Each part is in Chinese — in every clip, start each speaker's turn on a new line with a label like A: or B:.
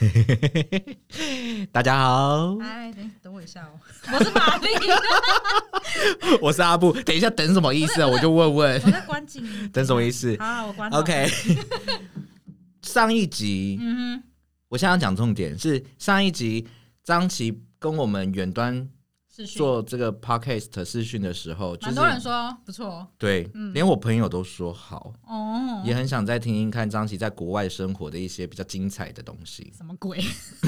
A: 大家好，
B: 哎，等等我一下哦， 我是玛丽，
A: 我是阿布。等一下，等什么意思啊？
B: 不
A: 我
B: 是不是
A: 就问 问
B: 我，在关静音。
A: 等什么意思
B: 好，我关好
A: ？OK，上一集
B: 嗯哼，
A: 我现在要讲重点是上一集张琪跟我们远端
B: 是讯。
A: 做这个 podcast 视讯的时候，就
B: 蛮多人
A: 是
B: 说不错哦
A: 对，
B: 嗯
A: 连我朋友都说好，
B: 哦，
A: 也很想再听听看张琪在国外生活的一些比较精彩的东西。
B: 什么鬼？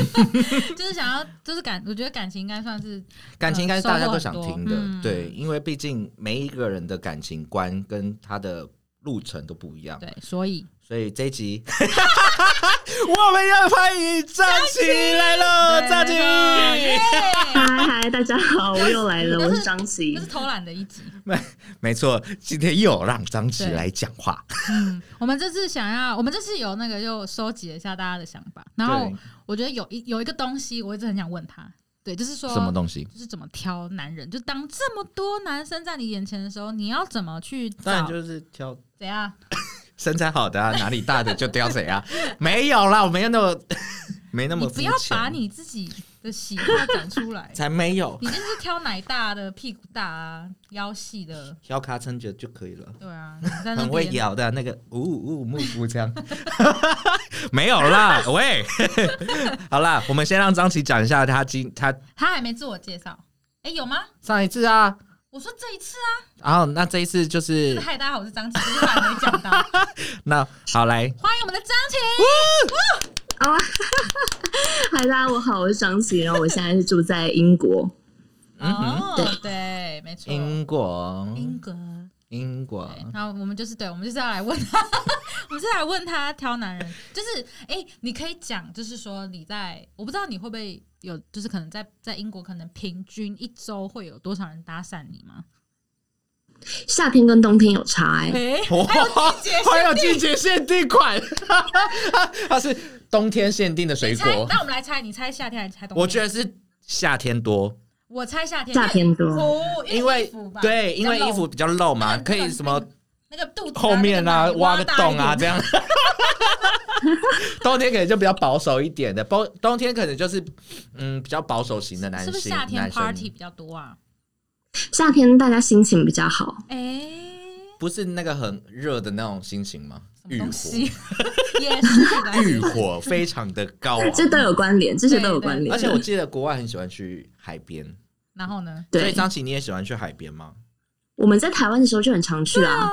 B: 就是想要，就是感，我觉得感情应该算是
A: 感情应该是大家都想听的，
B: 收获很多嗯
A: 对，因为毕竟每一个人的感情观跟他的路程都不一样，
B: 对，所以
A: 所以这一集 我们要欢迎张琪来喽，张琪，
B: 耶
C: 嗨嗨，大 家好，我又来了，
B: 但是
C: 我是张 琪
B: 这是。偷懒的一集。
A: 没错，今天又有让张琪
B: 对
A: 来讲话，
B: 嗯，我们这次想要，我们这次有那个又收集了一下大家的想法，然后
A: 对
B: 我觉得有一有一个东西，我一直很想问他，对，就是说
A: 什么东西？
B: 就是怎么挑男人，就当这么多男生在你眼前的时候，你要怎么去
A: 当然
B: 找？
A: 就是挑
B: 怎样？
A: 身材好的啊，哪里大的就挑谁 啊，没有啦，我没有那么 没那么
B: 你
A: 肤
B: 不
A: 浅，，
B: 要把你自己的喜好讲出来
A: 才没有
B: 你就是挑奶大的、屁股大啊、腰细的，
A: 挑卡撑着就可以了。
B: 对啊，你在那
A: 很会
B: 边。
A: 咬的啊那个呜呜木木 这样，没有啦，喂， 好啦，我们先让张琪讲一下他今他
B: 他还没自我介绍，哎，有吗？
A: 上一次啊，
B: 我说这一次啊，
A: 然后那这一次就是
B: 嗨，大家好，我是张琪，这句话还没讲 到，欢
A: 那好来，
B: 迎我们的张琪。
C: 啊， 嗨，大家我好，我是张琪，然后我现在是住在英国。
B: 哦，对，没错，
A: 嗯英国，
B: 英格。
A: 英国，
B: 对，然后我们就是对，我们就是要来问他， 我们是来问他挑男人，就是哎、诶你可以讲，就是说你在，我不知道你会不会有，就是可能在在英国，可能平均一周会有多少人搭讪你 吗？
C: 夏天跟冬天有差哎、
B: 哎、
A: 哇
B: 季节限定
A: 还有季节限定款， 它是冬天限定的水
B: 你猜，
A: 果，
B: 那我们来猜，你猜夏天还是猜冬天？
A: 我觉得是夏天多，
B: 我猜夏天，
C: 夏天多
B: 哦，
A: 因为
B: 衣服吧
A: 对，因为衣服比较露嘛，
B: 那个
A: 可以什么
B: 那个肚子啊
A: 后面啊
B: 那个奶
A: 挖个
B: 大一
A: 洞啊，
B: 点
A: 这样。 冬天可能就比较保守一点的，冬冬天可能就是嗯比较保守型的男
B: 是
A: 性，
B: 不是夏天
A: 男生
B: party 比较多啊？
C: 夏天大家心情比较好，
B: 哎、
A: 不是那个很热的那种心情吗？
B: 什么
A: 欲
B: 东西
A: 火，
B: 也是的
A: 欲火非常的高 昂，
C: 这都有关联，这些都有关联。
A: 而且我记得国外很喜欢去海边，
B: 然后呢？
A: 所以
C: 对，
A: 张琪你也喜欢去海边吗？
C: 我们在台湾的时候就很常去啊。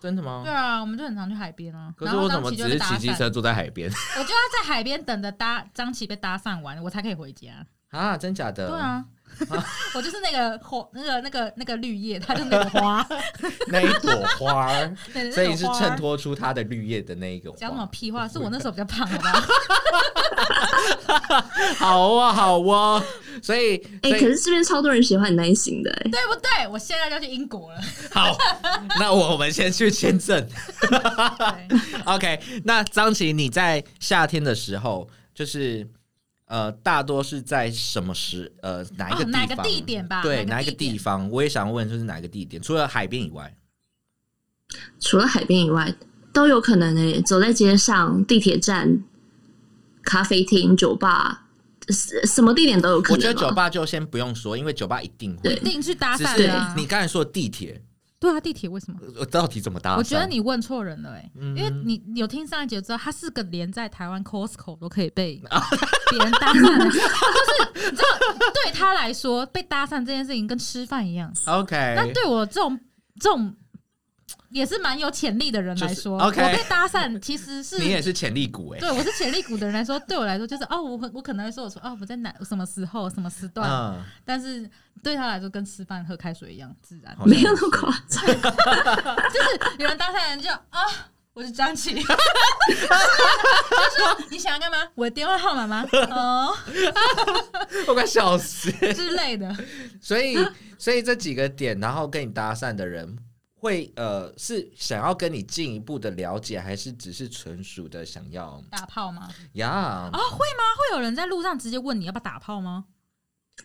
A: 真的吗
B: 对？啊，我们就很常去海边啊。
A: 可
B: 然
A: 是
B: 后
A: 我怎
B: 张
A: 么
B: 琪
A: 只
B: 就被
A: 是
B: 搭
A: 骑机
B: 讪，
A: 车坐在海边
B: 我就要在海边等着搭张琪被搭讪完，我才可以回家。
A: 啊？真假的？
B: 对， 啊，我就是那个火，那个那个那个绿叶，它就是那个花，
A: 那一朵花 儿，
B: 对
A: 所以是衬。
B: 那种花啊
A: 托出它的绿叶的那一个花。
B: 讲什么屁话？是我那时候比较胖，好吧？
A: 好啊，好啊，所以，
C: 哎、
A: 所
C: 可
A: 以
C: 是这边超多人喜欢你那一型的、哎，
B: 对不对？我现在就要去英国了。
A: 好，那我们先去签证。
B: 对，
A: OK，那张琪，你在夏天的时候，就是呃，大多是在什么时呃哪一个
B: 哦
A: 地方、
B: 哪个地点吧
A: 对，
B: 哪
A: 哪
B: 个
A: 一
B: 地点
A: 个地方？我也想问，就是哪一个地点？除了海边以外，
C: 除了海边以外都有可能哎、走在街上、地铁站、咖啡厅、酒吧，什什么地点都有可
A: 我
C: 能、
A: 觉
C: 啊。
A: 得酒吧就先不用说，因为酒吧一定会
C: 对
B: 一。定去搭
A: 只
B: 讪
A: 是
B: 的啊。
A: 你刚才说的地铁，
B: 对啊，地铁为什么？
A: 我到底怎么搭讪？
B: 我觉得你问错人了哎、
A: 嗯
B: 因为你你有听上一节知道，他是个连在台湾 Costco 都可以被 别人搭讪的，就是你知道，对他来说被搭讪这件事情跟吃饭一样。那
A: OK，
B: 对我这种这种也是蛮有潜力的人来说，
A: 就是，OK
B: 我被搭讪其实是
A: 你也是潜力股哎、
B: 对啊我是潜力股的人来说，对我来说就是哦，我我可能会说我说哦我在哪什么时候什么时段，
A: 嗯，
B: 但是对他来说跟吃饭喝开水一样自然。
A: 好像
C: 没有那么夸张，
B: 就是 有人搭讪人就啊，我是张琪， 就是就是你想要干嘛？我的电话号码 吗？哦
A: 我快笑死。
B: 之类的，
A: 所以， 所以这几个点，然后跟你搭讪的人会呃，是想要跟你进一步的了解，还是只是纯属的想要
B: 打炮吗？
A: 呀
B: 啊、会吗？会有人在路上直接问你要不要打炮吗？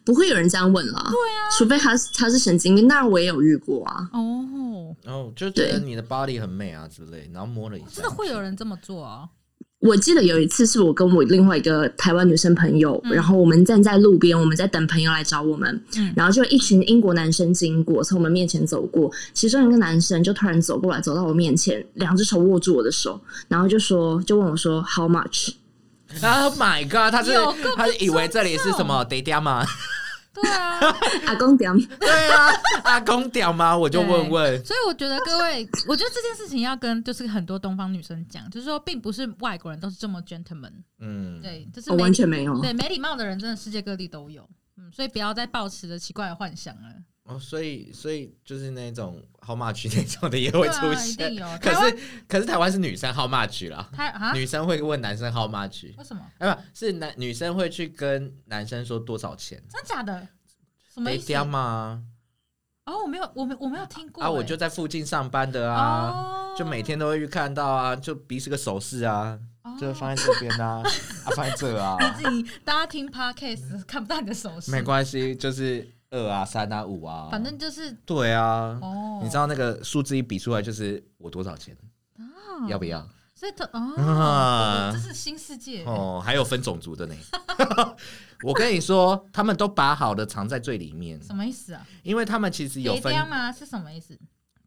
C: 不会有人这样问啦。对啊，除非他是他是神经病，那我也有遇过啊。
B: 哦，
A: 哦，就觉得
C: 对
A: 你的 body 很美啊之类，然后摸了一下，
B: 真的会有人这么做哦？
C: 我记得有一次是我跟我另外一个台湾女生朋友，然后我们站在路边，我们在等朋友来找我们，
B: 嗯
C: 然后就一群英国男生经过，从我们面前走过，其中一个男生就突然走过来，走到我面前，两只手握住我的手，然后就说，就问我说 How much？
A: Oh my god！他是
B: 有够
A: 他是以为这里是什么 d a d a 吗？
B: 对啊，
C: 阿公点，
A: 对啊，阿公屌吗？我就问问。
B: 所以我觉得各位，我觉得这件事情要跟就是很多东方女生讲，就是说，并不是外国人都是这么 gentleman，
A: 嗯，
B: 对，就是
C: 我
B: 没
C: 哦完全没有。
B: 对没礼貌的人，真的世界各地都有。嗯，所以不要再抱持着奇怪的幻想了。
A: 哦，所以所以就是那种 how much 那种的也会出现
B: 对啊一定有。
A: 可
B: 台
A: 是可是台湾是女生 how much 啦，
B: 他啊，
A: 女生会问男生 how much，
B: 为什么？
A: 哎不是男女生会去跟男生说多少钱
B: 真假的？什么
A: d
B: 意
A: a
B: 思
A: d？a 吗？
B: 哦，我没有，我没我没有听过欸。
A: 啊，我就在附近上班的啊，
B: 哦，
A: 就每天都会去看到啊，就比是个手势啊，就放在这边 啊，啊放在这啊，
B: 哦自己大家听 podcast 看不到你的手势，
A: 没关系，就是二啊、三啊、五啊，
B: 反正就是
A: 对啊，
B: 哦，
A: 你知道那个数字一比出来就是我多少钱，
B: 啊
A: 要不要？
B: 所以他哦，
A: 啊
B: 这是新世界
A: 哦，还有分种族的呢。 我跟你说，他们都把好的藏在最里面，
B: 什么意思啊？
A: 因为他们其实有
B: 叠
A: 分
B: 加吗？是什么意思？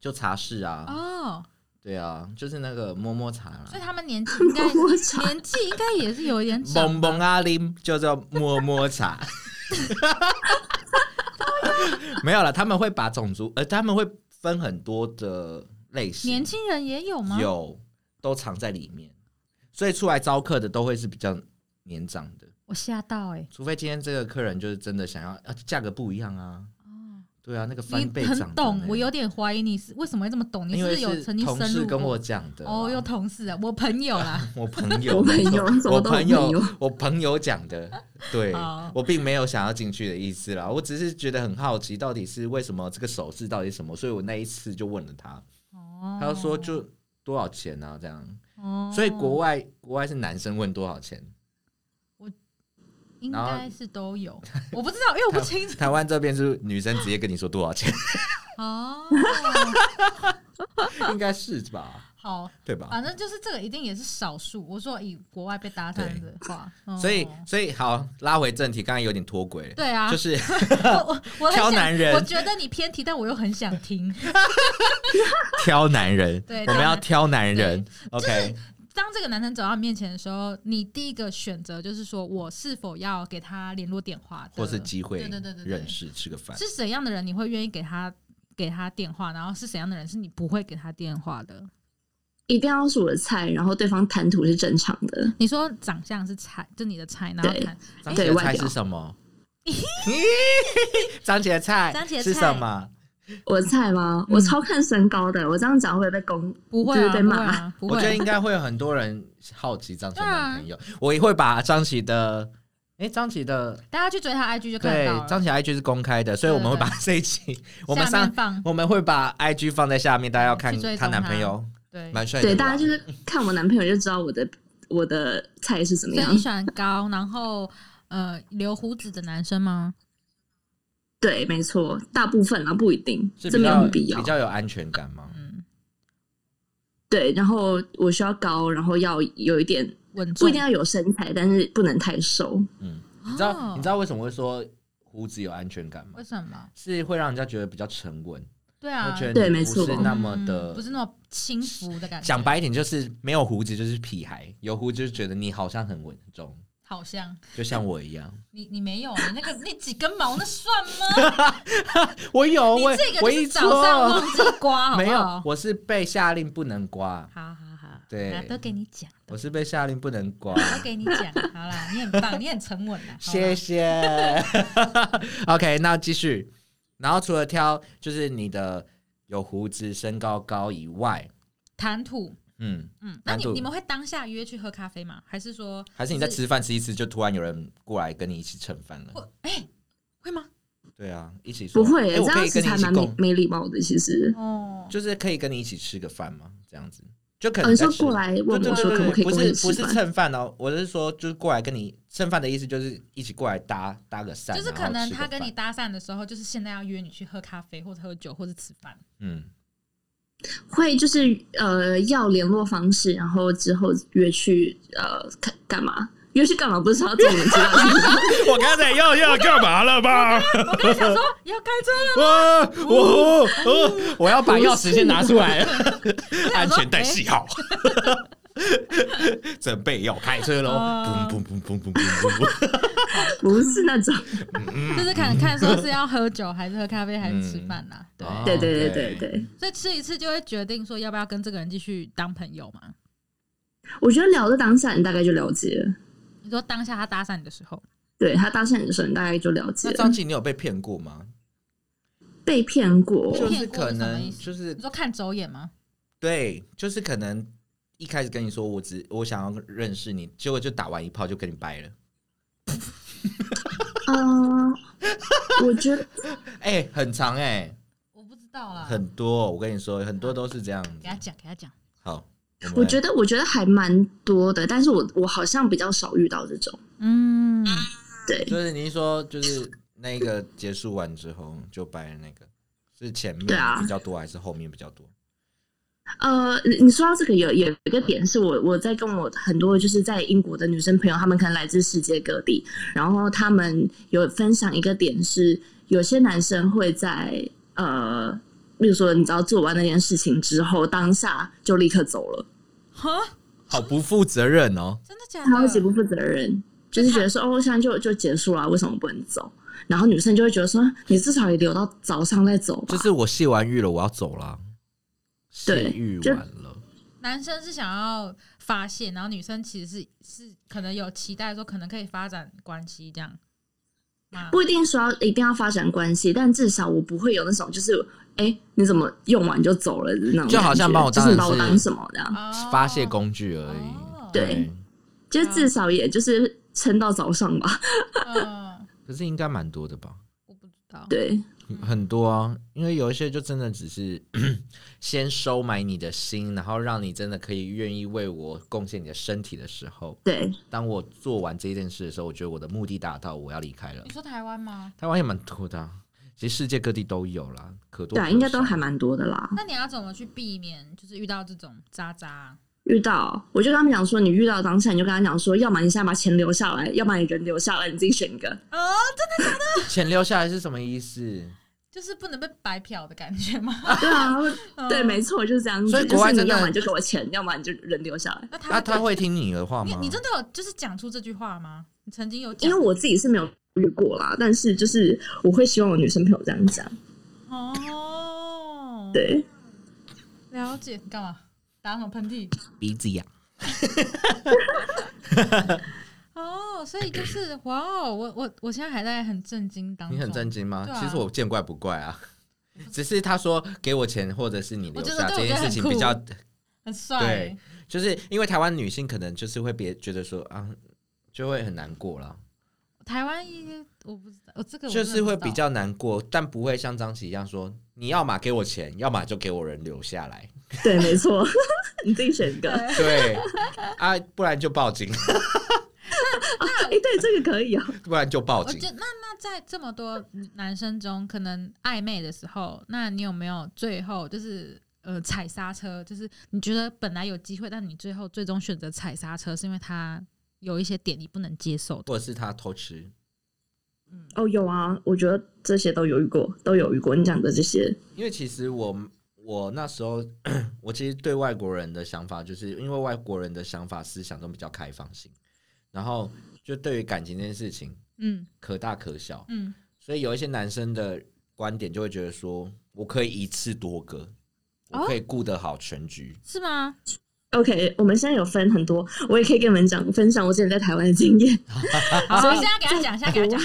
A: 就茶室啊，
B: 哦，
A: 对啊，就是那个摸摸茶啦
B: 所以，他们 年纪应该
C: 我操
B: 年纪应该也是有一点长
A: 蒙蒙阿林啊就叫摸摸茶。 没有了，他们会把种族，呃，他们会分很多的类型，
B: 年轻人也有吗？
A: 有都藏在里面，所以出来招客的都会是比较年长的，
B: 我吓到哎，
A: 除非今天这个客人就是真的想要，啊，价格不一样啊，对啊，那个翻倍
B: 哦你
A: 涨
B: 很
A: 的
B: 懂
A: 呢，
B: 我有点怀疑你是为什么会这么懂？你
A: 因
B: 是不
A: 为
B: 是有曾经
A: 同
B: 深
A: 事
B: 入
A: 跟
B: 过
A: 我讲的啊
B: 哦，有同事啊，我朋友啦，
A: 我朋 友，
C: 我朋
A: 没
C: 友
A: 错
C: 什
A: 我
C: 么都
A: 朋
C: 朋
A: 友
C: 友，
A: 我朋友讲的，对
B: 好
A: 我并没有想要进去的意思啦，我只是觉得很好奇，到底是为什么这个手势到底是什么，所以我那一次就问了他，
B: 哦，
A: 他就说就多少钱啊这样，
B: 哦，
A: 所以国外国外是男生问多少钱。
B: 应
A: 然后
B: 该是都有，我不知道，因为 我不清楚
A: 台湾这边是女生直接跟你说多少钱，
B: 哦。
A: 应该是吧？
B: 好，
A: 对吧？
B: 反正就是这个一定也是少数。我说以国外被搭讪的话，嗯
A: 所以，所以好，拉回正题，刚才有点脱轨了。
B: 对啊，
A: 就是
B: 我我我很
A: 挑
B: 想
A: 男人
B: 我觉得你偏题，但我又很想听。
A: 挑男人，
B: 对
A: 我们要挑男人。
B: 就是
A: OK，
B: 当这个男生走到你面前的时候，你第一个选择就是说我是否要给他联络电话的，
A: 或是机会
B: 对对对对对
A: 认识吃个饭，
B: 是怎样的人你会愿意给他给他电话，然后是怎样的人是你不会给他电话的？
C: 一定要是我的菜，然后对方谈吐是正常的。
B: 你说长相是菜，就你的菜，然后
C: 对
B: 谈
A: 张姐的
C: 对
A: 菜
C: 外表
A: 是什 么？张姐的菜，
B: 张姐的菜
A: 是什么？
C: 我的菜吗？
B: 嗯
C: 我超看身高的，我这样讲会被攻，
B: 不会
C: 就
B: 啊，
C: 是被
B: 不会
C: 骂。
B: 啊，不
A: 我觉得
B: 会
A: 应
B: 啊。
A: 该会有很多人好奇张姐的男朋友。
B: 嗯
A: 我也会把张琪的，哎，张琪的，
B: 大家去追他 IG 就看得
A: 对
B: 到，了。
A: 张琪的 IG 是公开的，所以我们会
B: 对对
A: 把
B: 对
A: 这一期，我们
B: 下
A: 上
B: 面放
A: 我们会把 IG 放在下面，大家要看
B: 去追
A: 她
B: 踪
A: 男朋友，
B: 对，
A: 蛮帅的吧。
C: 对，大家就是看我男朋友就知道我的我的菜是怎么
B: 所以
C: 样
B: 你。喜欢高，然后呃留胡子的男生吗？
C: 对，没错，大部分啊不一定，
A: 是
C: 这
A: 比
C: 没有
A: 较
C: 很必要
A: 比。较有安全感吗？
B: 嗯，
C: 对，然后我需要高，然后要有一点，
B: 稳重
C: 不一定要有身材，但是不能太瘦。
A: 嗯，你知道、
B: 哦
A: 你知道为什么会说胡子有安全感吗
B: 为？什么？
A: 是会让人家觉得比较沉稳，
B: 对啊，
A: 会觉得
C: 对
A: 你
C: 没
A: 不
C: 错
A: 是那么的
B: 嗯不。是那么轻浮的感觉。
A: 讲白一点，就是没有胡子就是屁孩，有胡子就是觉得你好像很稳重，
B: 好像
A: 就像我一样。
B: 你你没有，你那个那几根毛那算吗？
A: 我有，
B: 你
A: 我
B: 这个
A: 我
B: 就
A: 一
B: 是早上
A: 说
B: 忘记刮，好 不
A: 没有
B: 好，？
A: 我是被下令不能刮，
B: 好好好，
A: 对
B: 啊都给你讲，
A: 我是被下令不能刮。
B: 都给你讲，好啦，你很棒，你很沉稳啦。好啦
A: 谢谢。OK，那继续。然后除了挑就是你的有胡子、身高高以外，
B: 谈吐，
A: 嗯，
B: 嗯，那
A: 谈
B: 你
A: 吐
B: 你们会当下约去喝咖啡吗？还是说
A: 还是你在吃饭吃一吃，就突然有人过来跟你一起蹭饭了？
B: 会？哎，会吗？
A: 对啊，一起说
C: 不会，
A: 诶我
C: 这
A: 可
C: 样
A: 以
C: 子
A: 跟你
C: 还
A: 一起
C: 蛮没
A: 共，
C: 没礼貌的。其实，
B: 哦，
A: 就是可以跟你一起吃个饭吗？这样子就可
C: 嗯、
A: 能在
C: 说
A: 吃、
C: 过来问
A: 对对
C: 我说
A: 对
C: 可
A: 对
C: 可以
A: 不
C: 跟我一
A: 是
C: 起
A: 不是
C: 吃饭，
A: 蹭饭哦，我是说就是过来跟你蹭饭的意思，就是一起过来搭搭个讪，
B: 就是
A: 然后
B: 可能
A: 吃个
B: 他跟你
A: 饭
B: 搭讪的时候，就是现在要约你去喝咖啡或者喝酒或者吃饭，
A: 嗯，
C: 会就是呃要联络方式，然后之后约去呃干干嘛？约去干嘛？不是要自己们知道
D: 我刚才要要干嘛了 吧？
B: 我刚才想说要开车
D: 哇，
B: 了，
D: 我我我要把钥匙先拿出来， 安全带系好，准备要开车喽！
B: 哦
D: 嘣嘣嘣嘣嘣嘣嘣，
C: 不是那种。
B: 就是看看说是要喝酒还是喝咖啡还是吃饭呐、对，
A: 哦
C: 对对对对对，
B: 所以吃一次就会决定说要不要跟这个人继续当朋友嘛。
C: 我觉得聊的当下你大概就了解了，
B: 你说当下他搭讪你的时候，
C: 对他搭讪你的时候你大概就了 解
A: 那
C: 了
A: 张。琪，你有被骗过吗？
C: 被骗过，
A: 就是
B: 骗过
A: 可
B: 是什么
A: 能
B: 意思
A: 就是
B: 你说看走眼吗？
A: 对，就是可能一开始跟你说我只我想要认识你，结果就打完一炮就跟你掰了。
C: 嗯， 我觉得
A: 哎、很长哎、
B: 我不知道啦，
A: 很多，我跟你说，很多都是这样子
B: 给。他讲，给他讲。
A: 好，
C: 我觉
A: 得
C: 得我觉得还蛮多的，但是我我好像比较少遇到这种。
B: 嗯，
C: 对，
A: 就是你一说就是那个结束完之后就掰了那个，是前面
C: 对啊
A: 比较多还是后面比较多？
C: 呃，你你说到这个有有一个点是我我在跟我很多就是在英国的女生朋友，她们可能来自世界各地，然后她们有分享一个点是，有些男生会在呃，比如说你知道做完那件事情之后，当下就立刻走了，
B: 哈，
A: 好不负责任哦！
B: 真的假
C: 他会极
B: 的？
C: 不负责任，就是觉得说哦，我现在就就结束了，为什么不能走？然后女生就会觉得说，你至少也留到早上再走吧。
A: 就是我戏完浴了，我要走了，戏
C: 对
A: 浴
C: 就
A: 完了，
B: 男生是想要发泄，然后女生其实是是可能有期待说可能可以发展关系这样。啊，
C: 不一定说要一定要发展关系，但至少我不会有那种就是，哎、你怎么用完就走了那种感觉，
A: 就好像把我
C: 就
A: 当成
C: 是你把我
A: 是嗯
C: 当什么这样，
B: 哦
A: 发泄工具而已。
B: 哦
C: 对就至少也就是撑到早上吧。
B: 嗯，
A: 可是应该蛮多的吧？
B: 我不知道。
C: 对，
A: 很多啊，因为有一些就真的只是 先收买你的心，然后让你真的可以愿意为我贡献你的身体的时候，
C: 对，
A: 当我做完这件事的时候，我觉得我的目的达到，我要离开了
B: 你。说台湾吗？
A: 台湾也蛮多的啊、其实世界各地都有啦，可多
C: 对啊，
A: 可
C: 应该都
A: 少
C: 还蛮多的啦。
B: 那你要怎么去避免，就是遇到这种渣渣啊、
C: 遇到，我就跟他们讲说，你遇到当下你就跟他讲说，要么你现在把钱留下来，要么你人留下来，你自己选一个。
B: 哦？
A: 钱留下来是什么意思？
B: 就是不能被白嫖的感觉吗？
C: 对啊，对，
B: 嗯
C: 没错，就是这样子。
A: 所以国外
C: 就
A: 真
C: 是你
A: 的
C: 要么你就给我钱，要么你就人留下来。
B: 那他
A: 那、啊他会听你的话
B: 你
A: 吗？
B: 你真的有就是讲出这句话吗？你曾经有讲
C: 因为我自己是没有遇过啦，但是就是我会希望我女生朋友这样讲。
B: 哦，，
C: 对，
B: 了解你干嘛？打什么喷嚏？
A: 鼻子痒，
B: 哦，所以就是哇哦，我我我现在还在很震惊当中，
A: 你很震，惊吗？
B: 对啊
A: 其实我见怪不怪啊。只是他说给我钱，或者是你留
B: 我觉
A: 下
B: 得对
A: 这件
B: 我觉得
A: 事
B: 很
A: 情
B: 酷
A: 比较
B: 很帅、
A: 对就是因为台湾女性可能就是会别觉得说啊，就会很难过了，
B: 台湾一我不知道，哦我这个我
A: 就
B: 真的
A: 是会
B: 不
A: 比
B: 知道
A: 较难过，但不会像张琪一样说你要么给我钱，要么就给我人留下 来，
C: 对，没错， 你自己选一个。哎、
A: 对啊，不然就报警，
C: 对，这个可以哦、
A: 不然就报
B: 我
A: 警
B: 觉。那那在这么多男生中，可能暧昧的时候，那你有没有最后就是呃踩刹车？就是你觉得本来有机会，但你最后最终选择踩刹车，是因为他有一些点你不能接受的。
A: 或者是他偷吃，
C: 哦，有啊，我觉得这些都有遇过，都有遇过。你讲的这些，
A: 因为其实我我那时候 我其实对外国人的想法，就是因为外国人的想法思想都比较开放性，然后就对于感情这件事情
B: 嗯
A: 可大可小，
B: 嗯，
A: 所以有一些男生的观点就会觉得说，我可以一次多个，
B: 哦
A: 我可以顾得好全局。
B: 是吗？
C: OK，我们现在有分很多，我也可以跟你们讲分享我之前在台湾的经验。
B: 好，
C: 所以
B: 现在给他讲，现在给他讲。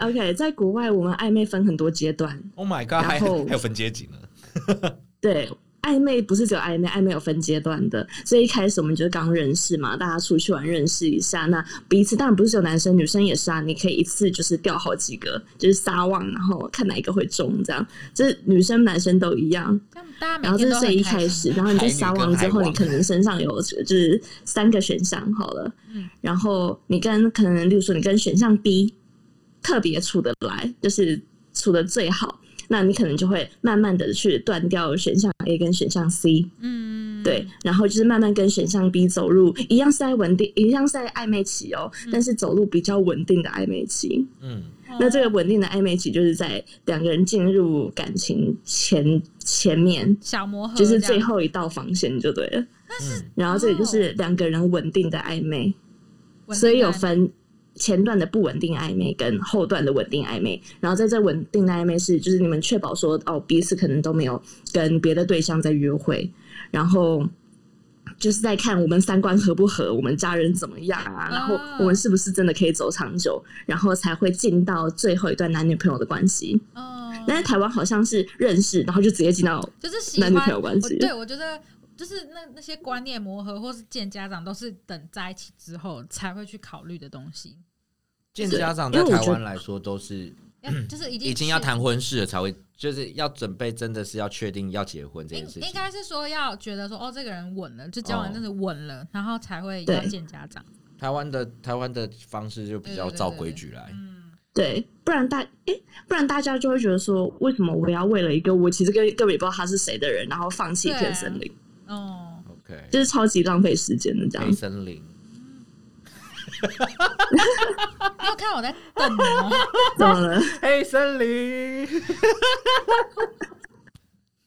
C: OK，在国外我们暧昧分很多阶段，
A: Oh my god，还
C: 然后
A: 还有分阶级呢？
C: 对。暧昧不是只有暧昧，暧昧有分阶段的。所以一开始我们就是刚认识嘛，大家出去玩认识一下。那彼此当然不是只有男生，女生也是啊。你可以一次就是钓好几个，就是撒网，然后看哪一个会中，这样。这女生男生都一样。
B: 这样大家
C: 然后
B: 每天
C: 这
B: 都
C: 是最一
B: 很
C: 开
B: 开心。
C: 始，然后你就撒网之后，
A: 海女跟海
C: 你
A: 王
C: 可能身上有就是三个选项好了，
B: 嗯
C: 然后你跟可能，例如说你跟选项 B 特别处得来，就是处得最好，那你可能就会慢慢的去断掉选项 A 跟选项 C。
B: 嗯，
C: 对，，然后就是慢慢跟选项 B 走入一样是在稳定，一样是在暧昧期哦，
B: 嗯
C: 但是走入比较稳定的暧昧期。
A: 嗯，
B: 哦
C: 那这个稳定的暧昧期就是在两个人进入感情前前面，
B: 小磨合
C: 就是
B: 这
C: 最
B: 样
C: 后一道防线就对了。
A: 嗯
C: 然后这个就是两个人哦稳定的暧昧，所以有，分。前段的不稳定暧昧跟后段的稳定暧昧，然后在这稳定的暧昧是，就是你们确保说哦彼此可能都没有跟别的对象在约会，然后就是在看我们三观合不合，我们家人怎么样啊，然后我们是不是真的可以走长久，然后才会进到最后一段男女朋友的关系。
B: 嗯，
C: 但是台湾好像是认识，然后就直接进到
B: 就是喜欢
C: 男女朋友关系
B: 我对，我觉得就是那那些观念磨合或是见家长，都是等在一起之后才会去考虑的东西。
A: 见家长在台湾来说都是
B: 要就是已
A: 嗯
B: 经
A: 已经要
B: 是
A: 谈婚事了才会，就是要准备真的是要确定要结婚这
B: 应
A: 件事
B: 应
A: 情。
B: 该是说要觉得说哦，这个人稳了，就交往
A: 哦
B: 真的稳了，然后才会
C: 对
B: 要见家长。
A: 台湾的台湾的方式就比较
B: 对对对
A: 照规矩来，
B: 嗯，
C: 对，不然大诶、不然大家就会觉得说，为什么我要为了一个我其实根根本也不知道他是谁的人，然后放弃一片森林，
B: 哦，
A: OK，
C: 就是超级浪费时间的这
A: 黑
C: 样。
A: 森林，
B: 你有看我在等哦你吗？
C: 怎么了？
A: 黑森林，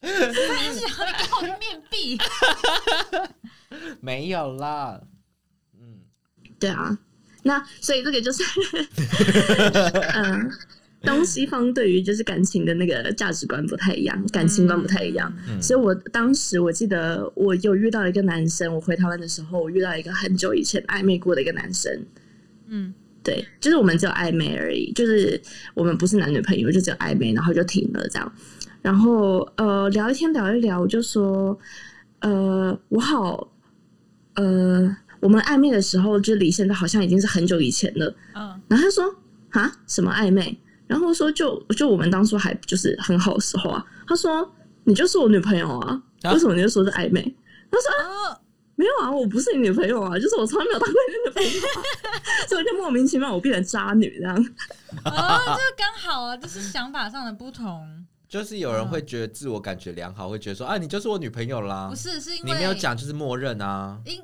B: 你想你给我面壁？
A: 没有啦。嗯，
C: 对啊，那所以这个就是， 嗯，东西方对于就是感情的那个价值观不太一样，感情观不太一样。
A: 嗯
C: 所以我当时我记得我有遇到一个男生，我回台湾的时候，我遇到一个很久以前暧昧过的一个男生，
B: 嗯，
C: 对，就是我们只有暧昧而已，就是我们不是男女朋友，就只有暧昧，然后就停了这样。然后呃，聊一天聊一聊，我就说，呃，我好，呃，我们暧昧的时候，就离现在好像已经是很久以前了。
B: 嗯，
C: 然后他说，啊，什么暧昧？然后我说就，就我们当初还就是很好的时候啊。他说，你就是我女朋友啊，
A: 啊
C: 为什么你就说是暧昧？
B: 哦，
C: 没有啊，我不是你女朋友啊，就是我从来没有当过你女朋友、啊， 所以就莫名其妙我变成渣女这样。
B: 哦，这个刚好啊，就是想法上的不同，
A: 就是有人会觉得自我感觉良好，会觉得说啊，你就是我女朋友啦。
B: 不是是因
A: 你
B: 为
A: 没有讲就是默认啊。
B: 因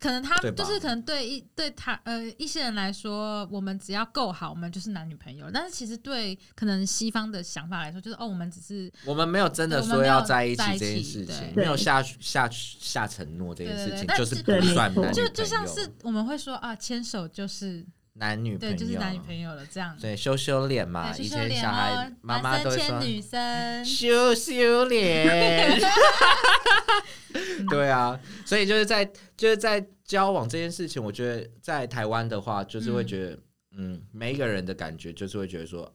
B: 可能他
A: 对吧
B: 就是可能对一对他呃一些人来说，我们只要够好，我们就是男女朋友。但是其实对可能西方的想法来说，就是哦，我们只是
A: 我们没有真的
B: 对我们
A: 说
B: 没有
A: 要在一起
B: 在一
A: 这
B: 起
A: 件事情，
B: 对
A: 没有下下下承诺这件事情，
B: 对对对
A: 就是
B: 但
A: 不
C: 是
A: 算
C: 对
A: 男女
B: 就
A: 朋
B: 就像
A: 友
B: 是我们会说啊，牵手就是
A: 男女朋
B: 对，
A: 友，
B: 就是男女朋友了这样。
A: 对，羞羞脸嘛，
B: 对
A: 以
B: 羞羞
A: 前
B: 脸
A: 小孩
B: 哦，
A: 妈妈
B: 男
A: 都
B: 生
A: 会
B: 牵
A: 说
B: 女生，
A: 羞羞 脸。对啊，所以就是在就是在交往这件事情，我觉得在台湾的话，就是会觉得，嗯每一个人的感觉就是会觉得说，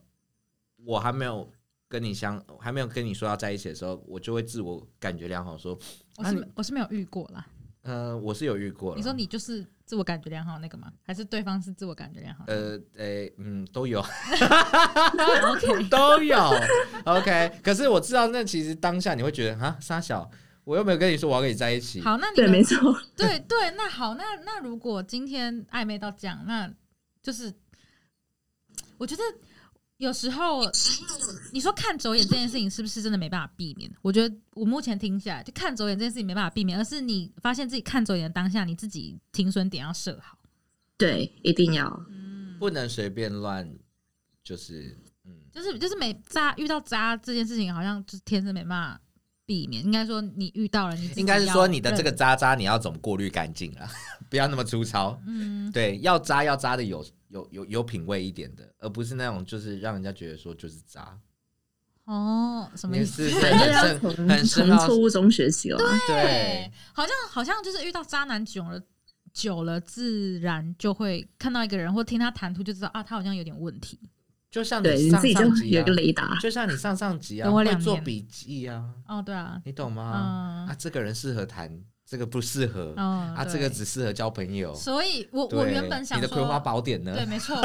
A: 我还没有跟你相，还没有跟你说要在一起的时候，我就会自我感觉良好，说，
B: 我
A: 啊
B: 是
A: 你
B: 没我是没有遇过啦。
A: 嗯、我是有遇过了。
B: 你说你就是自我感觉良好那个吗？还是对方是自我感觉良好？
A: 呃，诶、嗯，都 有，哦
B: ，OK，
A: 都有，OK。可是我知道，那其实当下你会觉得，啊，沙小，我又没有跟你说我要跟你在一起，
B: 好，那你
C: 对，
B: 们
C: 没错。
B: 对对，那好，那那如果今天暧昧到这样，那就是我觉得有时候你说看走眼这件事情是不是真的没办法避免？我觉得我目前听起来，就看走眼这件事情没办法避免，而是你发现自己看走眼的当下，你自己停损点要设好。
C: 对，一定要。
B: 嗯
A: 不能随便乱，就是嗯，
B: 就是就是没渣遇到渣这件事情，好像就是天生没办法避免。应该说你遇到了，你自己
A: 应该是
B: 要
A: 说你的这个
B: 认，
A: 渣渣你要怎么过滤干净啊？ 不要那么粗糙。
B: 嗯，
A: 对，要渣要渣的有有有有品味一点的，而不是那种就是让人家觉得说就是渣，
B: 哦，什么
A: 你
B: 意思？
A: 是
C: 反正要
A: 很
C: 从
A: 深很深
C: 从
A: 奥
C: 错误中学习了。
A: 对，，
B: 好像好像就是遇到渣男久了。久了，自然就会看到一个人或听他谈吐，就知道啊，他好像有点问题。
A: 就像
C: 对，
A: 你
C: 你
A: 上
C: 自己就
A: 上
C: 有
A: 集
C: 一
A: 啊
C: 个，雷达。
A: 就像你上上集啊，
B: 等我
A: 会
B: 两
A: 做
B: 年
A: 笔记啊，
B: 哦，对啊，
A: 你懂吗？
B: 嗯
A: 啊，，这个人适合谈，这个不适合
B: 嗯
A: 啊，
B: 对
A: 这个只适合交朋友。
B: 所以我
A: 对
B: 我原本想
A: 你的
B: 说，
A: 葵花宝典呢？
B: 对，没错。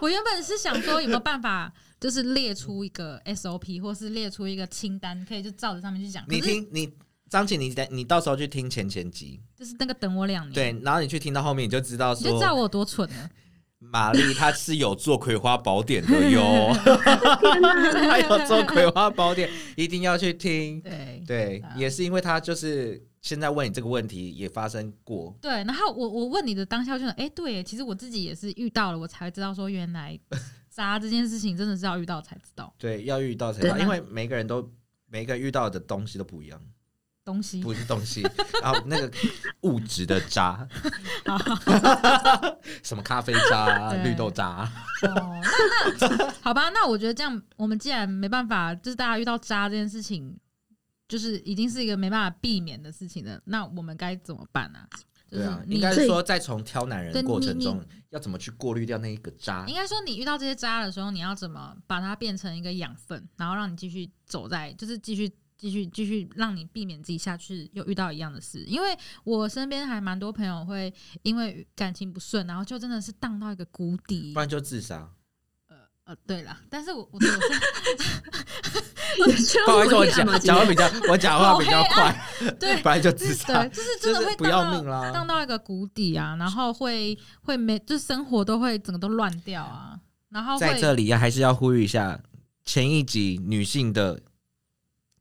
B: 我原本是想说有没有办法，就是列出一个 SOP，或是列出一个清单，可以就照着上面去讲。可
A: 你
B: 是
A: 听你张姐，你在你到时候去听前前集，
B: 就是那个等我两年，
A: 对，然后你去听到后面，你就知道
B: 你就
A: 说
B: 知道我有多蠢了。
A: 玛丽她是有做《葵花宝典》的 哟， 她有做《葵花宝典》，一定要去听。
B: 对
A: 对，也是因为她就是现在问你这个问题也发生过，
B: 对，然后我我问你的当下我就想，哎、对耶，其实我自己也是遇到了，我才知道说原来渣这件事情真的是要遇到才知道
A: 对，要遇到才知道，
C: 对
A: 因为每个人都每个人遇到的东西都不一样，
B: 东西。
A: 不是东西， 然后那个物质的渣，什么咖啡渣、啊
B: 对
A: 绿豆渣，
B: 哦，那那好吧，那我觉得这样，我们既然没办法，就是大家遇到渣这件事情，就是已经是一个没办法避免的事情了，那我们该怎么办呢、就
A: 对
B: 是
A: 啊，
B: 你
A: 应该
C: 所
A: 是
C: 以
A: 说在从挑男人的
B: 对
A: 过
B: 你
A: 程
B: 你
A: 中，要怎么去过滤掉那一个渣
B: 应？该说，你遇到这些渣的时候，你要怎么把它变成一个养分，然后让你继续走在，就是继续。继续继续，让你避免自己下去又遇到一样的事。因为我身边还蛮多朋友会因为感情不顺，然后就真的是荡到一个谷底
A: 不。然就自杀。
B: 呃，对啦，但是我我我是
A: 不好意思，我
C: 讲
A: 讲讲话比较，我讲话 比较快，
B: 哦啊 对
A: 不然就自杀
B: 对，。就是真的
A: 就是
B: 会
A: 不要
B: 荡到
A: 命啦
B: 荡到一个谷底啊，然后会会没，就生活都会整个都乱掉啊，然后
A: 在
B: 会
A: 这里啊还是要呼吁一下前一集女性的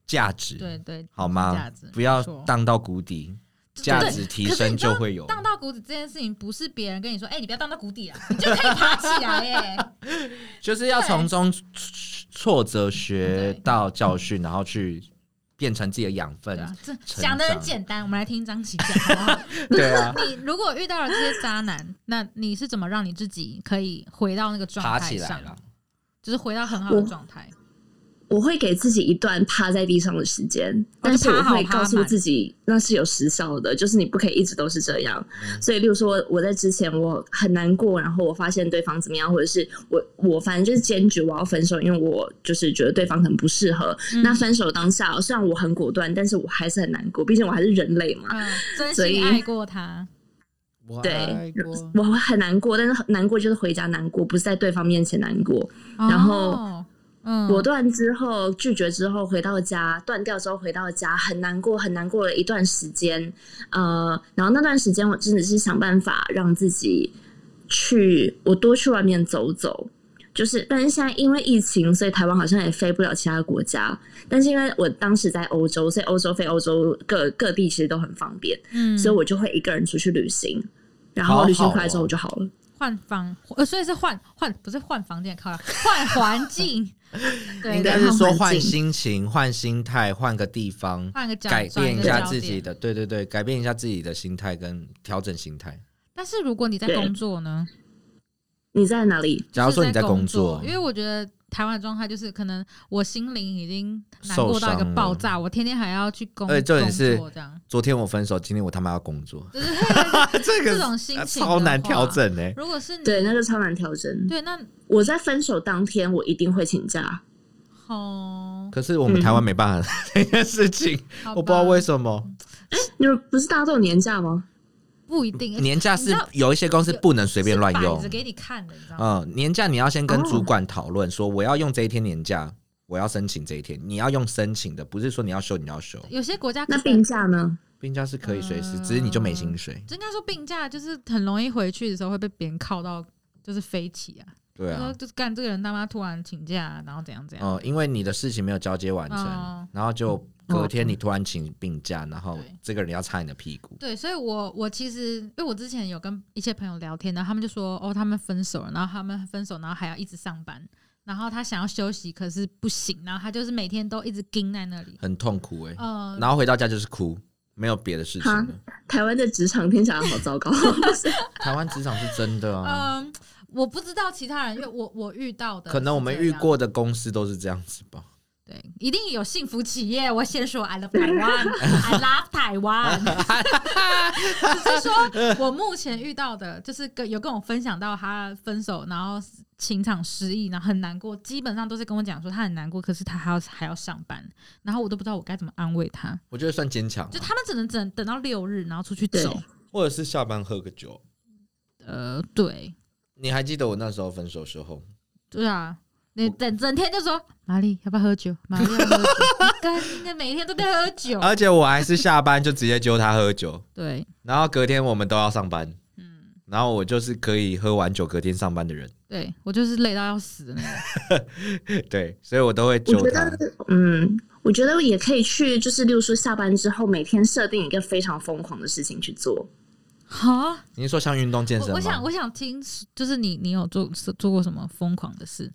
A: 价值，
B: 对对
A: 好
B: 价
A: 吗
B: 值？
A: 不要
B: 没错
A: 荡到谷底，价值提
B: 可是
A: 升
B: 你知道
A: 就会有。
B: 荡到谷底这件事情，不是别人跟你说，哎、你不要荡到谷底啊，你就可以爬起来耶、
A: 就是要从中挫折学到教训，然后去变成自己的养分
B: 嗯对。啊，这
A: 成
B: 讲的很
A: 长
B: 简单，我们来听张琪讲好 不好？
A: 对啊，
B: 你如果遇到了这些渣男，那你是怎么让你自己可以回到那个 状
A: 爬
B: 态
A: 起来
B: 上？
A: 了。
B: 就是回到很好的
C: 我
B: 状态。
C: 我会给自己一段趴在地上的时间，
A: 哦
C: 但是
B: 就趴
C: 我
B: 好
C: 会
B: 趴
C: 告诉
B: 满
C: 自己那是有时效的，就是你不可以一直都是这样。所以，例如说我在之前我很难过，然后我发现对方怎么样，或者是我我反正就是坚决我要分手，因为我就是觉得对方很不适合。
A: 嗯
C: 那分手当下，虽然我很果断，但是我还是很难过，毕竟我还是人类嘛。
B: 嗯，真
C: 所以
B: 心爱过他，
A: 我爱
C: 对
A: 过，
C: 我会很难过，但是很难过就是回家难过，不是在对方面前难过。然后
B: 哦嗯，
C: 果断之后拒绝之后回到家，断掉之后回到家很难过，很难过了一段时间。呃，然后那段时间我真的是想办法让自己去，我多去外面走走。就是，但是现在因为疫情，所以台湾好像也飞不了其他国家。但是因为我当时在欧洲，所以欧洲飞欧洲各各地其实都很方便，
B: 嗯，
C: 所以我就会一个人出去旅行。然
A: 好
C: 后
A: 好
C: 旅行回来之后
A: 哦
C: 我就好了。
B: 换房，呃，所以是换换不是换房间，靠了，换环 境，对，
A: 应该
B: 对
A: 是说
C: 换环
A: 换
C: 境
A: 心情、换心态、换个地方，
B: 换个角
A: 改变一下自己。
B: 转个焦点
A: 的，对对对，改变一下自己的心态跟调整心态。
B: 但是如果你在
C: 对
B: 工作呢？
C: 你在哪里？
A: 假如说你
B: 在
A: 在工
B: 作
A: 作，，
B: 因为我觉得台湾的状态就是，可能我心灵已经难过到一
A: 受
B: 个
A: 伤了
B: 爆炸，我天天还要去工
A: 而且重
B: 工
A: 点是
B: 作这样，
A: 昨天我分手，今天我他妈要工作，
B: 就是会
A: 这
B: 这种心情的
A: 超难
B: 话嗯
A: 调。整欸呢、
B: 如果是你
C: 对，那个超难调整。
B: 对，那
C: 我在分手当天，我一定会请假。
B: 哦，
A: 可是我们台湾
C: 嗯
A: 没办法 这件事情，
B: 好
A: 我不知道为
B: 吧
A: 什么
C: 你们不是大家都有年假吗？
B: 不一定
A: 年假
B: 你知
A: 是
B: 道
A: 有一些公司不能随便乱
B: 是
A: 用
B: 摆着。给你看的，你知道吗？
A: 嗯，年假你要先跟
C: 哦
A: 主管讨论，说我要用这一天年假，我要申请这一天，你要用申请的，不是说你要休你要休。
B: 有些国家
C: 那
B: 可能
C: 病假呢？
A: 病假是可以随时，
B: 嗯
A: 只是你就没薪水。
B: 就应该说病假就是很容易回去的时候会被别人靠到，就是飞起啊，
A: 对
B: 就
A: 啊
B: 说，就是干这个人他妈突然请假，啊然后怎样怎样，
A: 嗯，因为你的事情没有交接完成，
B: 哦
A: 然后就隔天你突然请病假，然后这个人要擦你的屁股，
B: 对，所以我我其实因为我之前有跟一些朋友聊天，然后他们就说哦，他们分手了，然后他们分手，然后还要一直上班，然后他想要休息，可是不行，然后他就是每天都一直盯在那里，
A: 很痛苦哎、
B: 呃，
A: 然后回到家就是哭，没有别的事情
C: 哈
A: 了。
C: 台湾的职场听起来好糟糕。
A: 台湾职场是真的啊，
B: 嗯、我不知道其他人，因为我我遇到的
A: 可能我们
B: 是这
A: 遇
B: 样，
A: 过的公司都是这样子吧。
B: 对，一定有幸福企业。我先说 I love Taiwan，I love Taiwan，只是说我目前遇到的，就是跟有跟我分享到他分手，然后情场失意，然后很难过，基本上都是跟我讲说他很难过，可是他还要还要上班，然后我都不知道我该怎么安慰他。
A: 我觉得算坚强啊、
B: 就他们只能等等到六日，然后出去走。
A: 或者是下班喝个酒。
B: 呃，对，
A: 你还记得我那时候分手的时候，
B: 对啊。你整整天就说玛丽要不要喝酒？玛丽要不要喝酒？跟跟每天都在喝 酒，
A: 而 且我还是下班就直接揪他喝酒，
B: 对，
A: 然后隔天我们都要上班，
B: 嗯，
A: 然后我就是可以喝完酒隔天上班的人，
B: 对我就是累到要死的那种。
A: 对，所以我都会
C: 我
A: 酒
C: 觉
A: 堂。
C: 得，嗯，我觉得也可以去，就是例如说下班之后，每天设定一个非常疯狂的事情去做。
B: 哈，
A: 你是说像运动健身
B: 我
A: 吗？
B: 我想我想听，就是你你有做做过什么疯狂的事？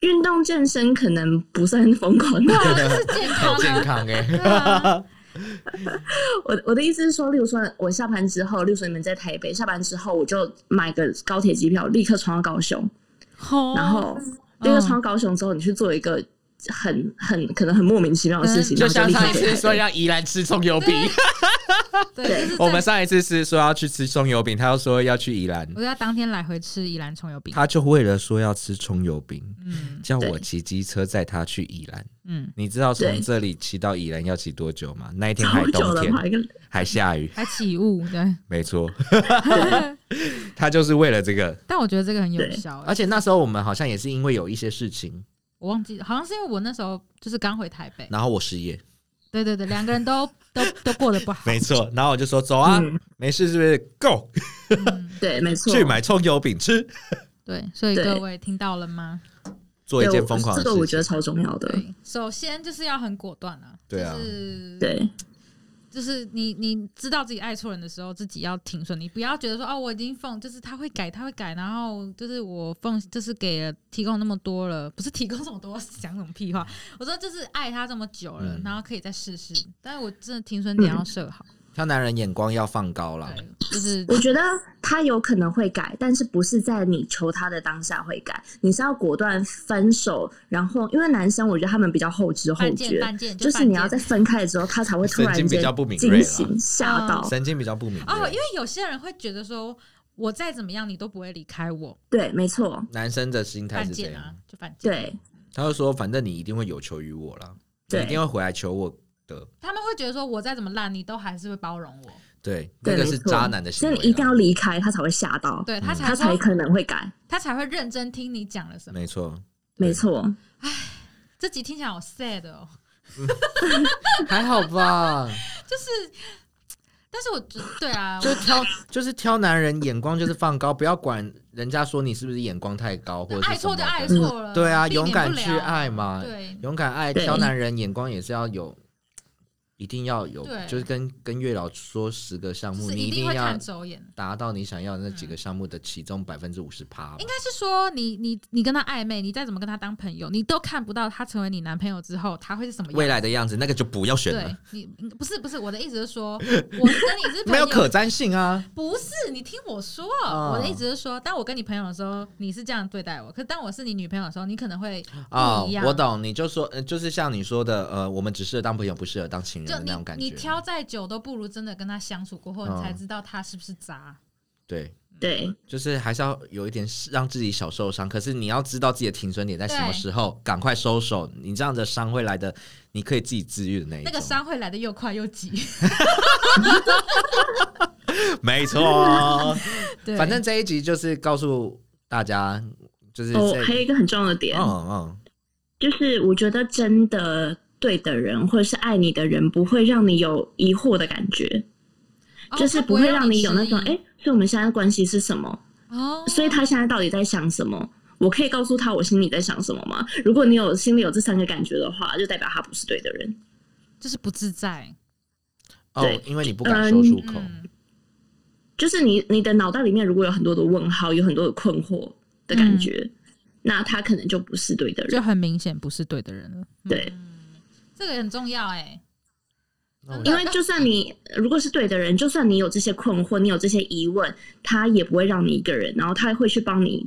C: 运动健身可能不算疯狂
B: 对
C: 的，
B: 啊，就是健康
A: 健
B: 啊，
A: 康哎、
B: 对 啊，
C: 我我的意思是说，例如说我下班之后，例如说你们在台北，下班之后我就买个高铁机票，立刻冲到高雄，
B: 好
C: 然后立刻冲到高雄之后，你去做一个很很可能很莫名其妙的事情，
B: 就
A: 就
C: 然后
A: 像
C: 立
A: 上一
C: 刻回台
A: 次
C: 北
A: 说要宜兰吃葱油饼，
B: 对，就是在
A: 我们上一次是说要去吃葱油饼，他又说要去宜兰，
B: 我要当天来回吃宜兰葱油饼。
A: 他就为了说要吃葱油饼，
B: 嗯
A: 叫我
C: 对
A: 骑机车载他去宜兰。
B: 嗯，
A: 你知道从
C: 对
A: 这里骑到宜兰要骑多久吗？那一天还
C: 好久
A: 冬
C: 了
A: 天，
C: 吧？一个
A: 还下雨，
B: 还起雾对，
A: 没 错，他就是为了这个。
B: 但我觉得这个很有效、欸
A: 而且那时候我们好像也是因为有一些事情，
B: 我忘记，好像是因为我那时候就是刚回台北，
A: 然后我失业，
B: 对对对，两个人都都都过得不好，
A: 没错，然后我就说走啊，
C: 嗯
A: 没事是不是？Go
B: 嗯，
C: 对，没错，
A: 去买葱油饼吃，
B: 对，所以
C: 对
B: 各位听到了吗？
A: 做
C: 对
A: 一件
C: 我
A: 疯狂的事
C: 这个
A: 情。
C: 我觉得超重要的，
B: 对，首先就是要很果断啊，
A: 对啊
B: 就是
C: 对。
B: 就是你你知道自己爱错人的时候，自己要停损，你不要觉得说哦，我已经奉，就是他会改，他会改，然后就是我奉，就是给了提供那么多了，不是提供这么多，讲什么屁话？我说就是爱他这么久了，
A: 嗯
B: 然后可以再试试，但是我真的停损点要设好，
A: 挑男人眼光要放高啦。
B: 对，就是
C: 我觉得他有可能会改，但是不是在你求他的当下会改，你是要果断分手，然后因为男生我觉得他们比较后知后
B: 半件
C: 觉，
B: 半件，
C: 就是
B: 半
C: 你要
B: 件
C: 在分开之后，他才会突然
A: 神经比
C: 间
A: 较不敏锐啦啊
C: 惊醒吓到，
A: 神经比较不敏
B: 哦，
A: 锐，
B: 因为有些人会觉得说，我再怎么样你都不会离开我，
C: 对，没错，
A: 男生的心态
B: 犯
A: 是这
B: 贱啊
A: 样，，
B: 就犯贱。
C: 对
A: 他就说反正你一定会有求于我啦，你
C: 对
A: 一定会回来求我的。
B: 他们会觉得说，我再怎么烂，你都还是会包容我，
A: 对，
C: 对，
A: 那个
C: 没
A: 是
C: 错
A: 渣男的行
C: 所以
A: 为啦。啊
C: 你一定要离开，他才会吓到，
B: 对他才
C: 嗯他才
B: 会
C: 可能会改，
B: 他才会认真听你讲了什么。
A: 没错，
C: 没
A: 嗯
C: 错，
B: 这集听起来好 sad 哦，
A: 还好吧。
B: 就是，但是我觉对啊，
A: 就挑就是挑男人眼光就是放高，不要管人家说你是不是眼光太高或
B: 我
A: 者是
B: 爱
A: 什
B: 错
A: 么
B: 就
A: 的
B: 爱错了，
A: 对啊，
B: 避免
A: 勇
B: 不
A: 敢
B: 了
A: 去爱嘛，
B: 对
A: 勇敢爱。
C: 对
A: 挑男人眼光也是要有，一定要有
B: 对，
A: 就是跟跟月老说十个项
B: 就
A: 目，
B: 是
A: 你
B: 一定
A: 定
B: 会
A: 要
B: 看走眼。
A: 达到你想要的那几个项目的其中百分之五十趴。
B: 应该是说你你你跟他暧昧，你再怎么跟他当朋友，你都看不到他成为你男朋友之后他会是什么样
A: 未。来的样子，那个就不要选
B: 对
A: 了，
B: 你不是不是我的意思 是说，我跟你是朋
A: 没有
B: 友，
A: 可沾性啊。
B: 不是，你听我说，
A: 啊
B: 我的意思是说，当我跟你朋友的时候，你是这样对待我；可当我是你女朋友的时候，你可能会
A: 啊、
B: 不一样
A: 我懂，你就说，呃就是像你说的，呃，我们只适合当朋友，不适合当情人
B: 就
A: 的
B: 你
A: 嗯那种感觉。
B: 你挑再久都不如真的跟他相处过后，
A: 嗯
B: 你才知道他是不是渣。
A: 对，
C: 对
A: 就是还是要有一点让自己小受伤，可是你要知道自己的停损点在什么
B: 对
A: 时候，赶快收手。你这样的伤会来的，你可以自己治愈的那一
B: 那
A: 种。
B: 个伤会来的又快又 急，
A: 没 错。
B: 对，
A: 反正这一集就是告诉大家，就是
C: 哦
A: 这，
C: 还有一个很重要的点，
A: 嗯嗯，
C: 就是我觉得真的对的人，或者是爱你的人，不会让你有疑惑的感觉，
B: 哦
C: 就是
B: 他不
C: 不会让你有那
B: 种
C: 种哎、诶所以我们现在的关系是什么？
B: 哦，
C: 所以他现在到底在想什么？我可以告诉他我心里在想什么吗？如果你有心里有这三个感觉的话，就代表他不是对的人。
B: 就是不自在，
A: 哦
C: 对，
A: 因为你不敢说出口，
B: 嗯，
C: 就是你你的脑袋里面如果有很多的问号，有很多的困惑的
B: 嗯
C: 感觉，那他可能就不是对的
B: 就
C: 人。
B: 很明显不是对的人了。
C: 对，
B: 这个很重要哎、
A: 那我
C: 因为就算你如果是对的人，就算你有这些困惑，你有这些疑问，他也不会让你一个人，然后他会去帮你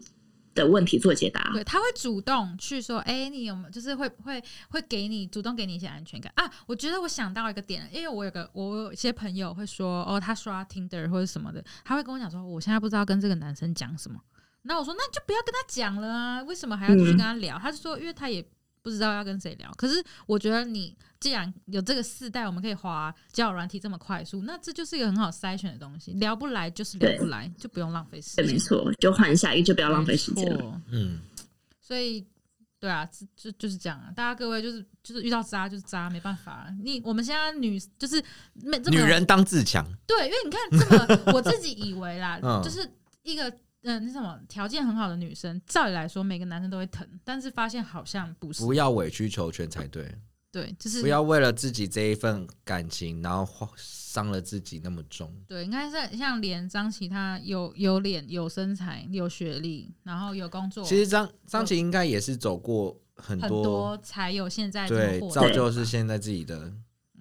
C: 的问题做解答。
B: 对，他会主动去说，哎、你有没有就是会会会给你主动给你一些安全感啊？我觉得我想到一个点，因为我有个我有一些朋友会说，哦，他刷 Tinder 或者什么的，他会跟我讲说，我现在不知道跟这个男生讲什么。那我说，那就不要跟他讲了啊，为什么还要继续跟
C: 嗯
B: 他聊？他就说，因为他也不知道要跟谁聊。可是我觉得你既然有这个世代，我们可以滑交友软体这么快速，那这就是一个很好筛选的东西。聊不来就是聊
C: 对
B: 不来，就不用浪费时
C: 对，没
B: 间。
C: 错，就换下一个，就不要浪费时间
B: 没
C: 了。
B: 错
A: 嗯，
B: 所以，对啊，就就就是这样啊。大家各位就是就是遇到渣就是渣，没办法。啊你我们现在女就是没这
A: 女
B: 么
A: 人当自强，
B: 对，因为你看这么，我自己以为 啦，
A: 嗯
B: 就是一个嗯、呃那什么条件很好的女生，照理来说每个男生都会疼，但是发现好像不是
A: 不，要委曲求全才对，
B: 对，就是
A: 不要为了自己这一份感情，然后花伤了自己那么重。
B: 对，应该是像连张琪，她有有脸、有身材、有学历，然后有工作，
A: 其实张张琪应该也是走过很
B: 很
A: 多，
B: 才有现在这
A: 对
B: 么，火
A: 造
B: 的。
A: 就是现在自己的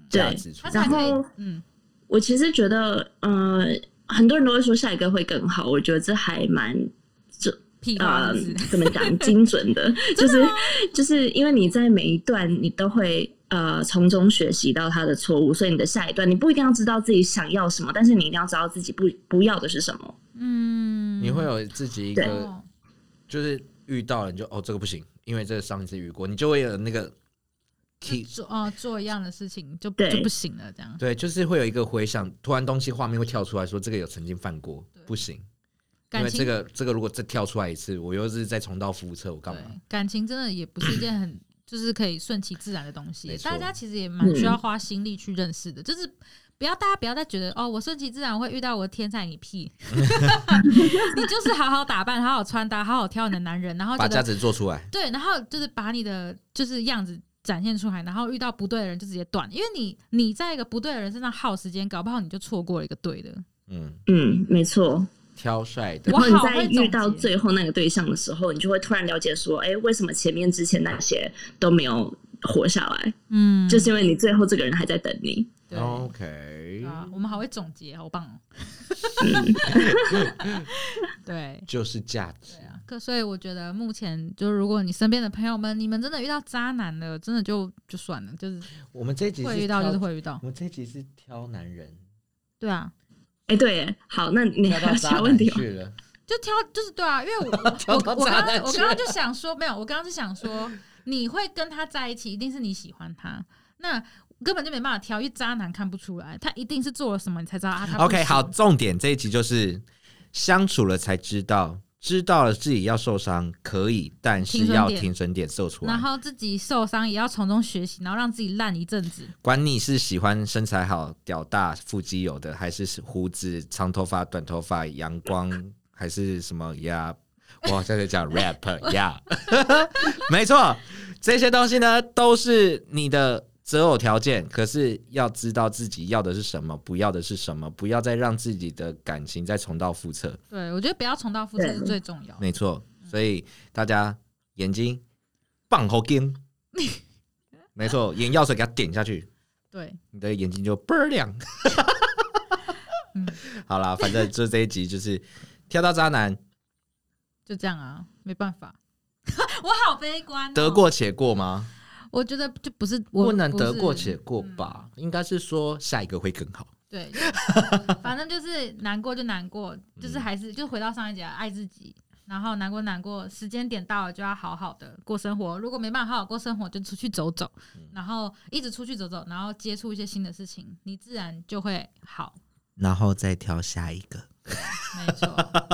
A: 价值出
B: 她
A: 来。
B: 才
C: 然
B: 可
C: 后
B: 以，嗯，
C: 我其实觉得，呃，很多人都会说下一个会更好，我觉得这还蛮
B: 屁话
C: 呃
B: 就是
C: 怎么讲精准的，就是 就是因为你在每一段你都会呃从中学习到他的错误，所以你的下一段你不一定要知道自己想要什么，但是你一定要知道自己不不要的是什么。
B: 嗯，
A: 你会有自己一
C: 对
A: 个，
B: 哦
A: 就是遇到了你就哦这个不行，因为这个上一次遇过，你就会有那个 key，
B: 做哦做一样的事情就
C: 对
B: 就不行了，这样。
A: 对，就是会有一个回想，突然东西画面会跳出来说这个有曾经犯过
B: 对，
A: 不行，因
B: 感
A: 为
B: 情
A: 这个这个如果再跳出来一次，我又是再重蹈覆辙，我干
B: 对
A: 嘛？
B: 感情真的也不是一件很 就是可以顺其自然的东西
A: 没，错
B: 大家其实也蛮需要花心力去认识
C: 嗯
B: 的，就是不要大家不要再觉得哦，我顺其自然会遇到我的天才，你屁， 你就是好好打扮，好好穿搭，好好挑你的男人，然后觉
A: 把价
B: 得
A: 值做出来，
B: 对，然后就是把你的就是样子。展现出来，然后遇到不对的人就直接断，因为你你在一个不对的人身上耗时间，搞不好你就错过了一个对的。
A: 嗯，
C: 嗯，没错。
A: 挑帅的
B: 我
C: 然后你
B: 好
C: 在
B: 会
C: 遇到
B: 总结
C: 最后那个对象的时候，你就会突然了解说，哎、为什么前面之前那些都没有活下来，
B: 嗯，
C: 就是因为你最后这个人还在等你。
B: 对。
A: ，OK，
B: 对啊，我们好会总结，好棒哦！ 对
A: 就是价值
B: 对，啊，可所以我觉得目前就是，如果你身边的朋友们，你们真的遇到渣男了，真的就就算了，就是
A: 我们这一集
B: 会
A: 是
B: 遇到就是
A: 挑
B: 会遇到
A: 我，们这一集是挑男 人，
B: 对啊，
C: 哎、对耶，好，那你
A: 挑
C: 还
A: 到
C: 有
A: 渣
C: 其他问
A: 男
C: 题吗？
A: 去了，
B: 就挑就是对啊，因为我我
A: 挑到
B: 我
A: 渣
B: 刚
A: 男
B: 刚我
A: 去
B: 刚刚就想说，没有，我刚刚是想说，你会跟他在一起，一定是你喜欢他，那根本就没办法挑，因为渣男看不出来，他一定是做了什么，你才知道啊。他不
D: OK，
B: 行
D: 好，重点这一集就是
A: 相处了才知道，知道了自己要受伤可以，但是
B: 停损
A: 要
B: 点
A: 停损点受出来
B: 然。后自己受伤也要从中学习，然后让自己烂一阵子。
A: 管你是喜欢身材好、屌大、腹肌有的，还是胡子、长头发、短头发、阳光，还是什么呀？我好像在讲 rap 呀， 没错，这些东西呢都是你的择偶条件，可是要知道自己要的是什么，不要的是什么，不要再让自己的感情再重蹈覆辙。
B: 对，我觉得不要重蹈覆辙
C: 对
B: 是最重要的。
A: 没错，所以大家眼睛棒后 金，没错，眼药水给它点下去，
B: 对，
A: 你的眼睛就倍儿亮。
B: 嗯
A: 好啦，反正就这一集就是挑到渣
B: 哦
A: 男，
B: 就这样啊，没办法。 我好悲观、哦
A: 得，过且过吗？
B: 我觉得就不是我嗯
A: 不能
B: 是
A: 得过且过吧，应该是说下一个会更好。
B: 对，反正就是难过就难过，
A: 嗯
B: 就是还是就回到上一节，爱自己。然后难过难过，时间点到了就要好好的过生活。如果没办法好好过生活，就出去走走，
A: 嗯
B: 然后一直出去走走，然后接触一些新的事情，你自然就会好。
A: 然后再挑下一个，
B: 没错，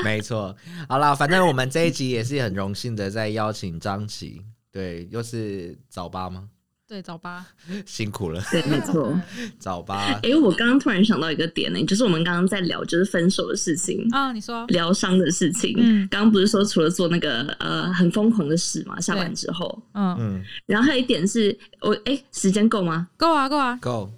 A: 没错。好啦，反正我们这一集也是很荣幸的，在邀请张琪，对，又是早八吗？
B: 对，走吧。嗯
A: 辛苦了，
C: 对，没错。
A: 早
B: 哦
A: 八
C: 哎、我刚刚突然想到一个点呢、就是我们刚刚在聊就是分手的事情，
B: 啊，你说，
C: 疗伤的事情。
B: 嗯
C: 刚刚不是说除了做那个呃很疯狂的事嘛，下班之后，
B: 嗯，
A: 嗯
C: 然后还有一点是我哎、时间够吗？
B: 够啊，够啊，
A: ，Go。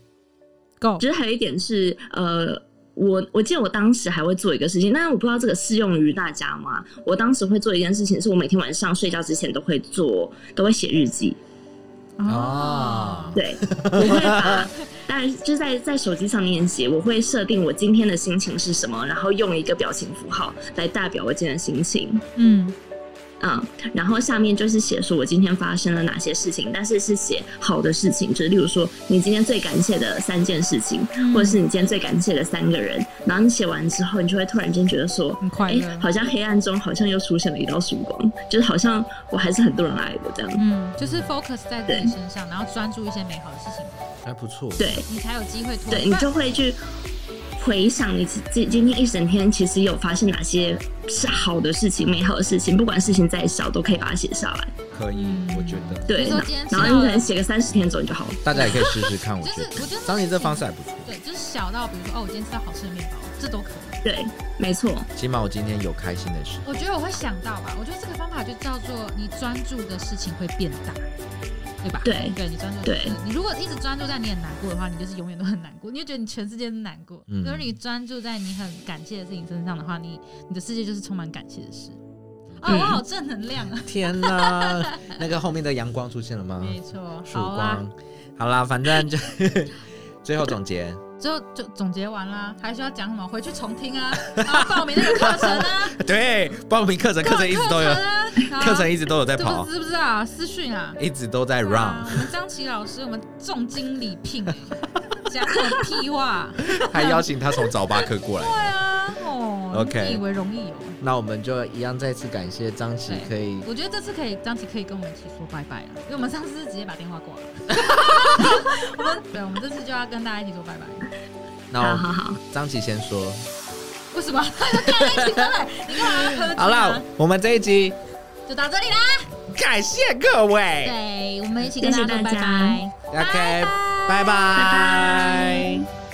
B: 够。
C: 就是还有一点是呃。我我记得我当时还会做一个事情，但是我不知道这个适用于大家吗？我当时会做一件事情，是我每天晚上睡觉之前都会做，都会写日记。
B: 哦
A: 啊
C: 对，我会把， 当然就在在手机上面写，我会设定我今天的心情是什么，然后用一个表情符号来代表我今天的心情，
B: 嗯，
C: 嗯，然后下面就是写说我今天发生了哪些事情，但是是写好的事情，就是例如说你今天最感谢的三件事情，或者
B: 嗯
C: 是你今天最感谢的三个人，然后你写完之后，你就会突然间觉得说，
B: 很快
C: 哎、
B: 乐。
C: 好像黑暗中好像又出现了一道曙光，就是好像我还是很多人爱我这样，
B: 嗯，就是 focus 在自己身上，然后专注一些美好的事情，
A: 还不错。
C: 对。
B: 你才有机会脱
C: 对你就会去回想你自今今天一整天，其实有发现哪些是好的事情、美好的事情，不管事情再小，都可以把它写下来。
A: 可以，
B: 嗯
A: 我觉得
B: 比
C: 对
B: 如说今天，吃
C: 然
B: 到
C: 后你可能写个三十天左右就好了。
A: 大家也可以试试看。我
B: 就
A: 觉
B: 是
A: 得
B: 我觉得
A: 张杰这方式还不错。
B: 对，就是小到比如说哦，我今天吃到好吃的面包，这多可爱！
C: 对，没错，
A: 起码我今天有开心的事。
B: 我觉得我会想到吧，我觉得这个方法就叫做你专注的事情会变大，对吧？
C: 对
B: 对你专注的
C: 对
B: 事情，你如果一直专注在你很难过的话，你就是永远都很难过，你就觉得你全世界都难过。
A: 嗯
B: 可是你专注在你很感谢的事情身上的话，你你的世界就是充满感谢的事。哦，
C: 嗯
B: 我好正能量啊！
A: 天哪， 那个后面的阳光出现了
C: 啊
A: 吗？
B: 没错，
A: 曙
B: 好啊啦，
A: 光，嗯好啊啦，反 正就最后总 结，
B: 之后就总结完啦，还需要讲什么？回去重 听啊，然后报名那个课程啊，
D: 对，报名 课程，课程一直都有
B: 报，啊，然 后
D: 课程一直都有在
B: 对不
D: 跑，
B: 知不知道啊？私讯啊，
D: 一直都在
B: 对
D: run
B: 啊。我们张琪老师，我们重金礼聘 哎、讲什么屁话？
D: 还邀请他从早八课过来。
B: 对啊，哦
D: OK
B: 你自以为容易哦？
A: 那我们就一样再次感谢张琪
B: 对，
A: 可以
B: 我觉得这次可以，张琪可以跟我们一起说拜拜了，因为我们上次是直接把电 话挂了。我们对，我们这次就要跟大家一起说拜拜。
A: 那
C: 好
A: 我
C: 好好，
A: 张琪先说。
B: 为什么？ 大家一起说拜拜，你干嘛 要喝酒啊？
A: 好啦，我们这一集
B: 就到这里啦。
A: 感谢各位
B: 对，我们一起
C: 谢
B: 跟
C: 谢
B: 大家说
C: 大
B: 拜
C: 家
B: 拜。
A: ，OK，拜拜。
C: 拜拜。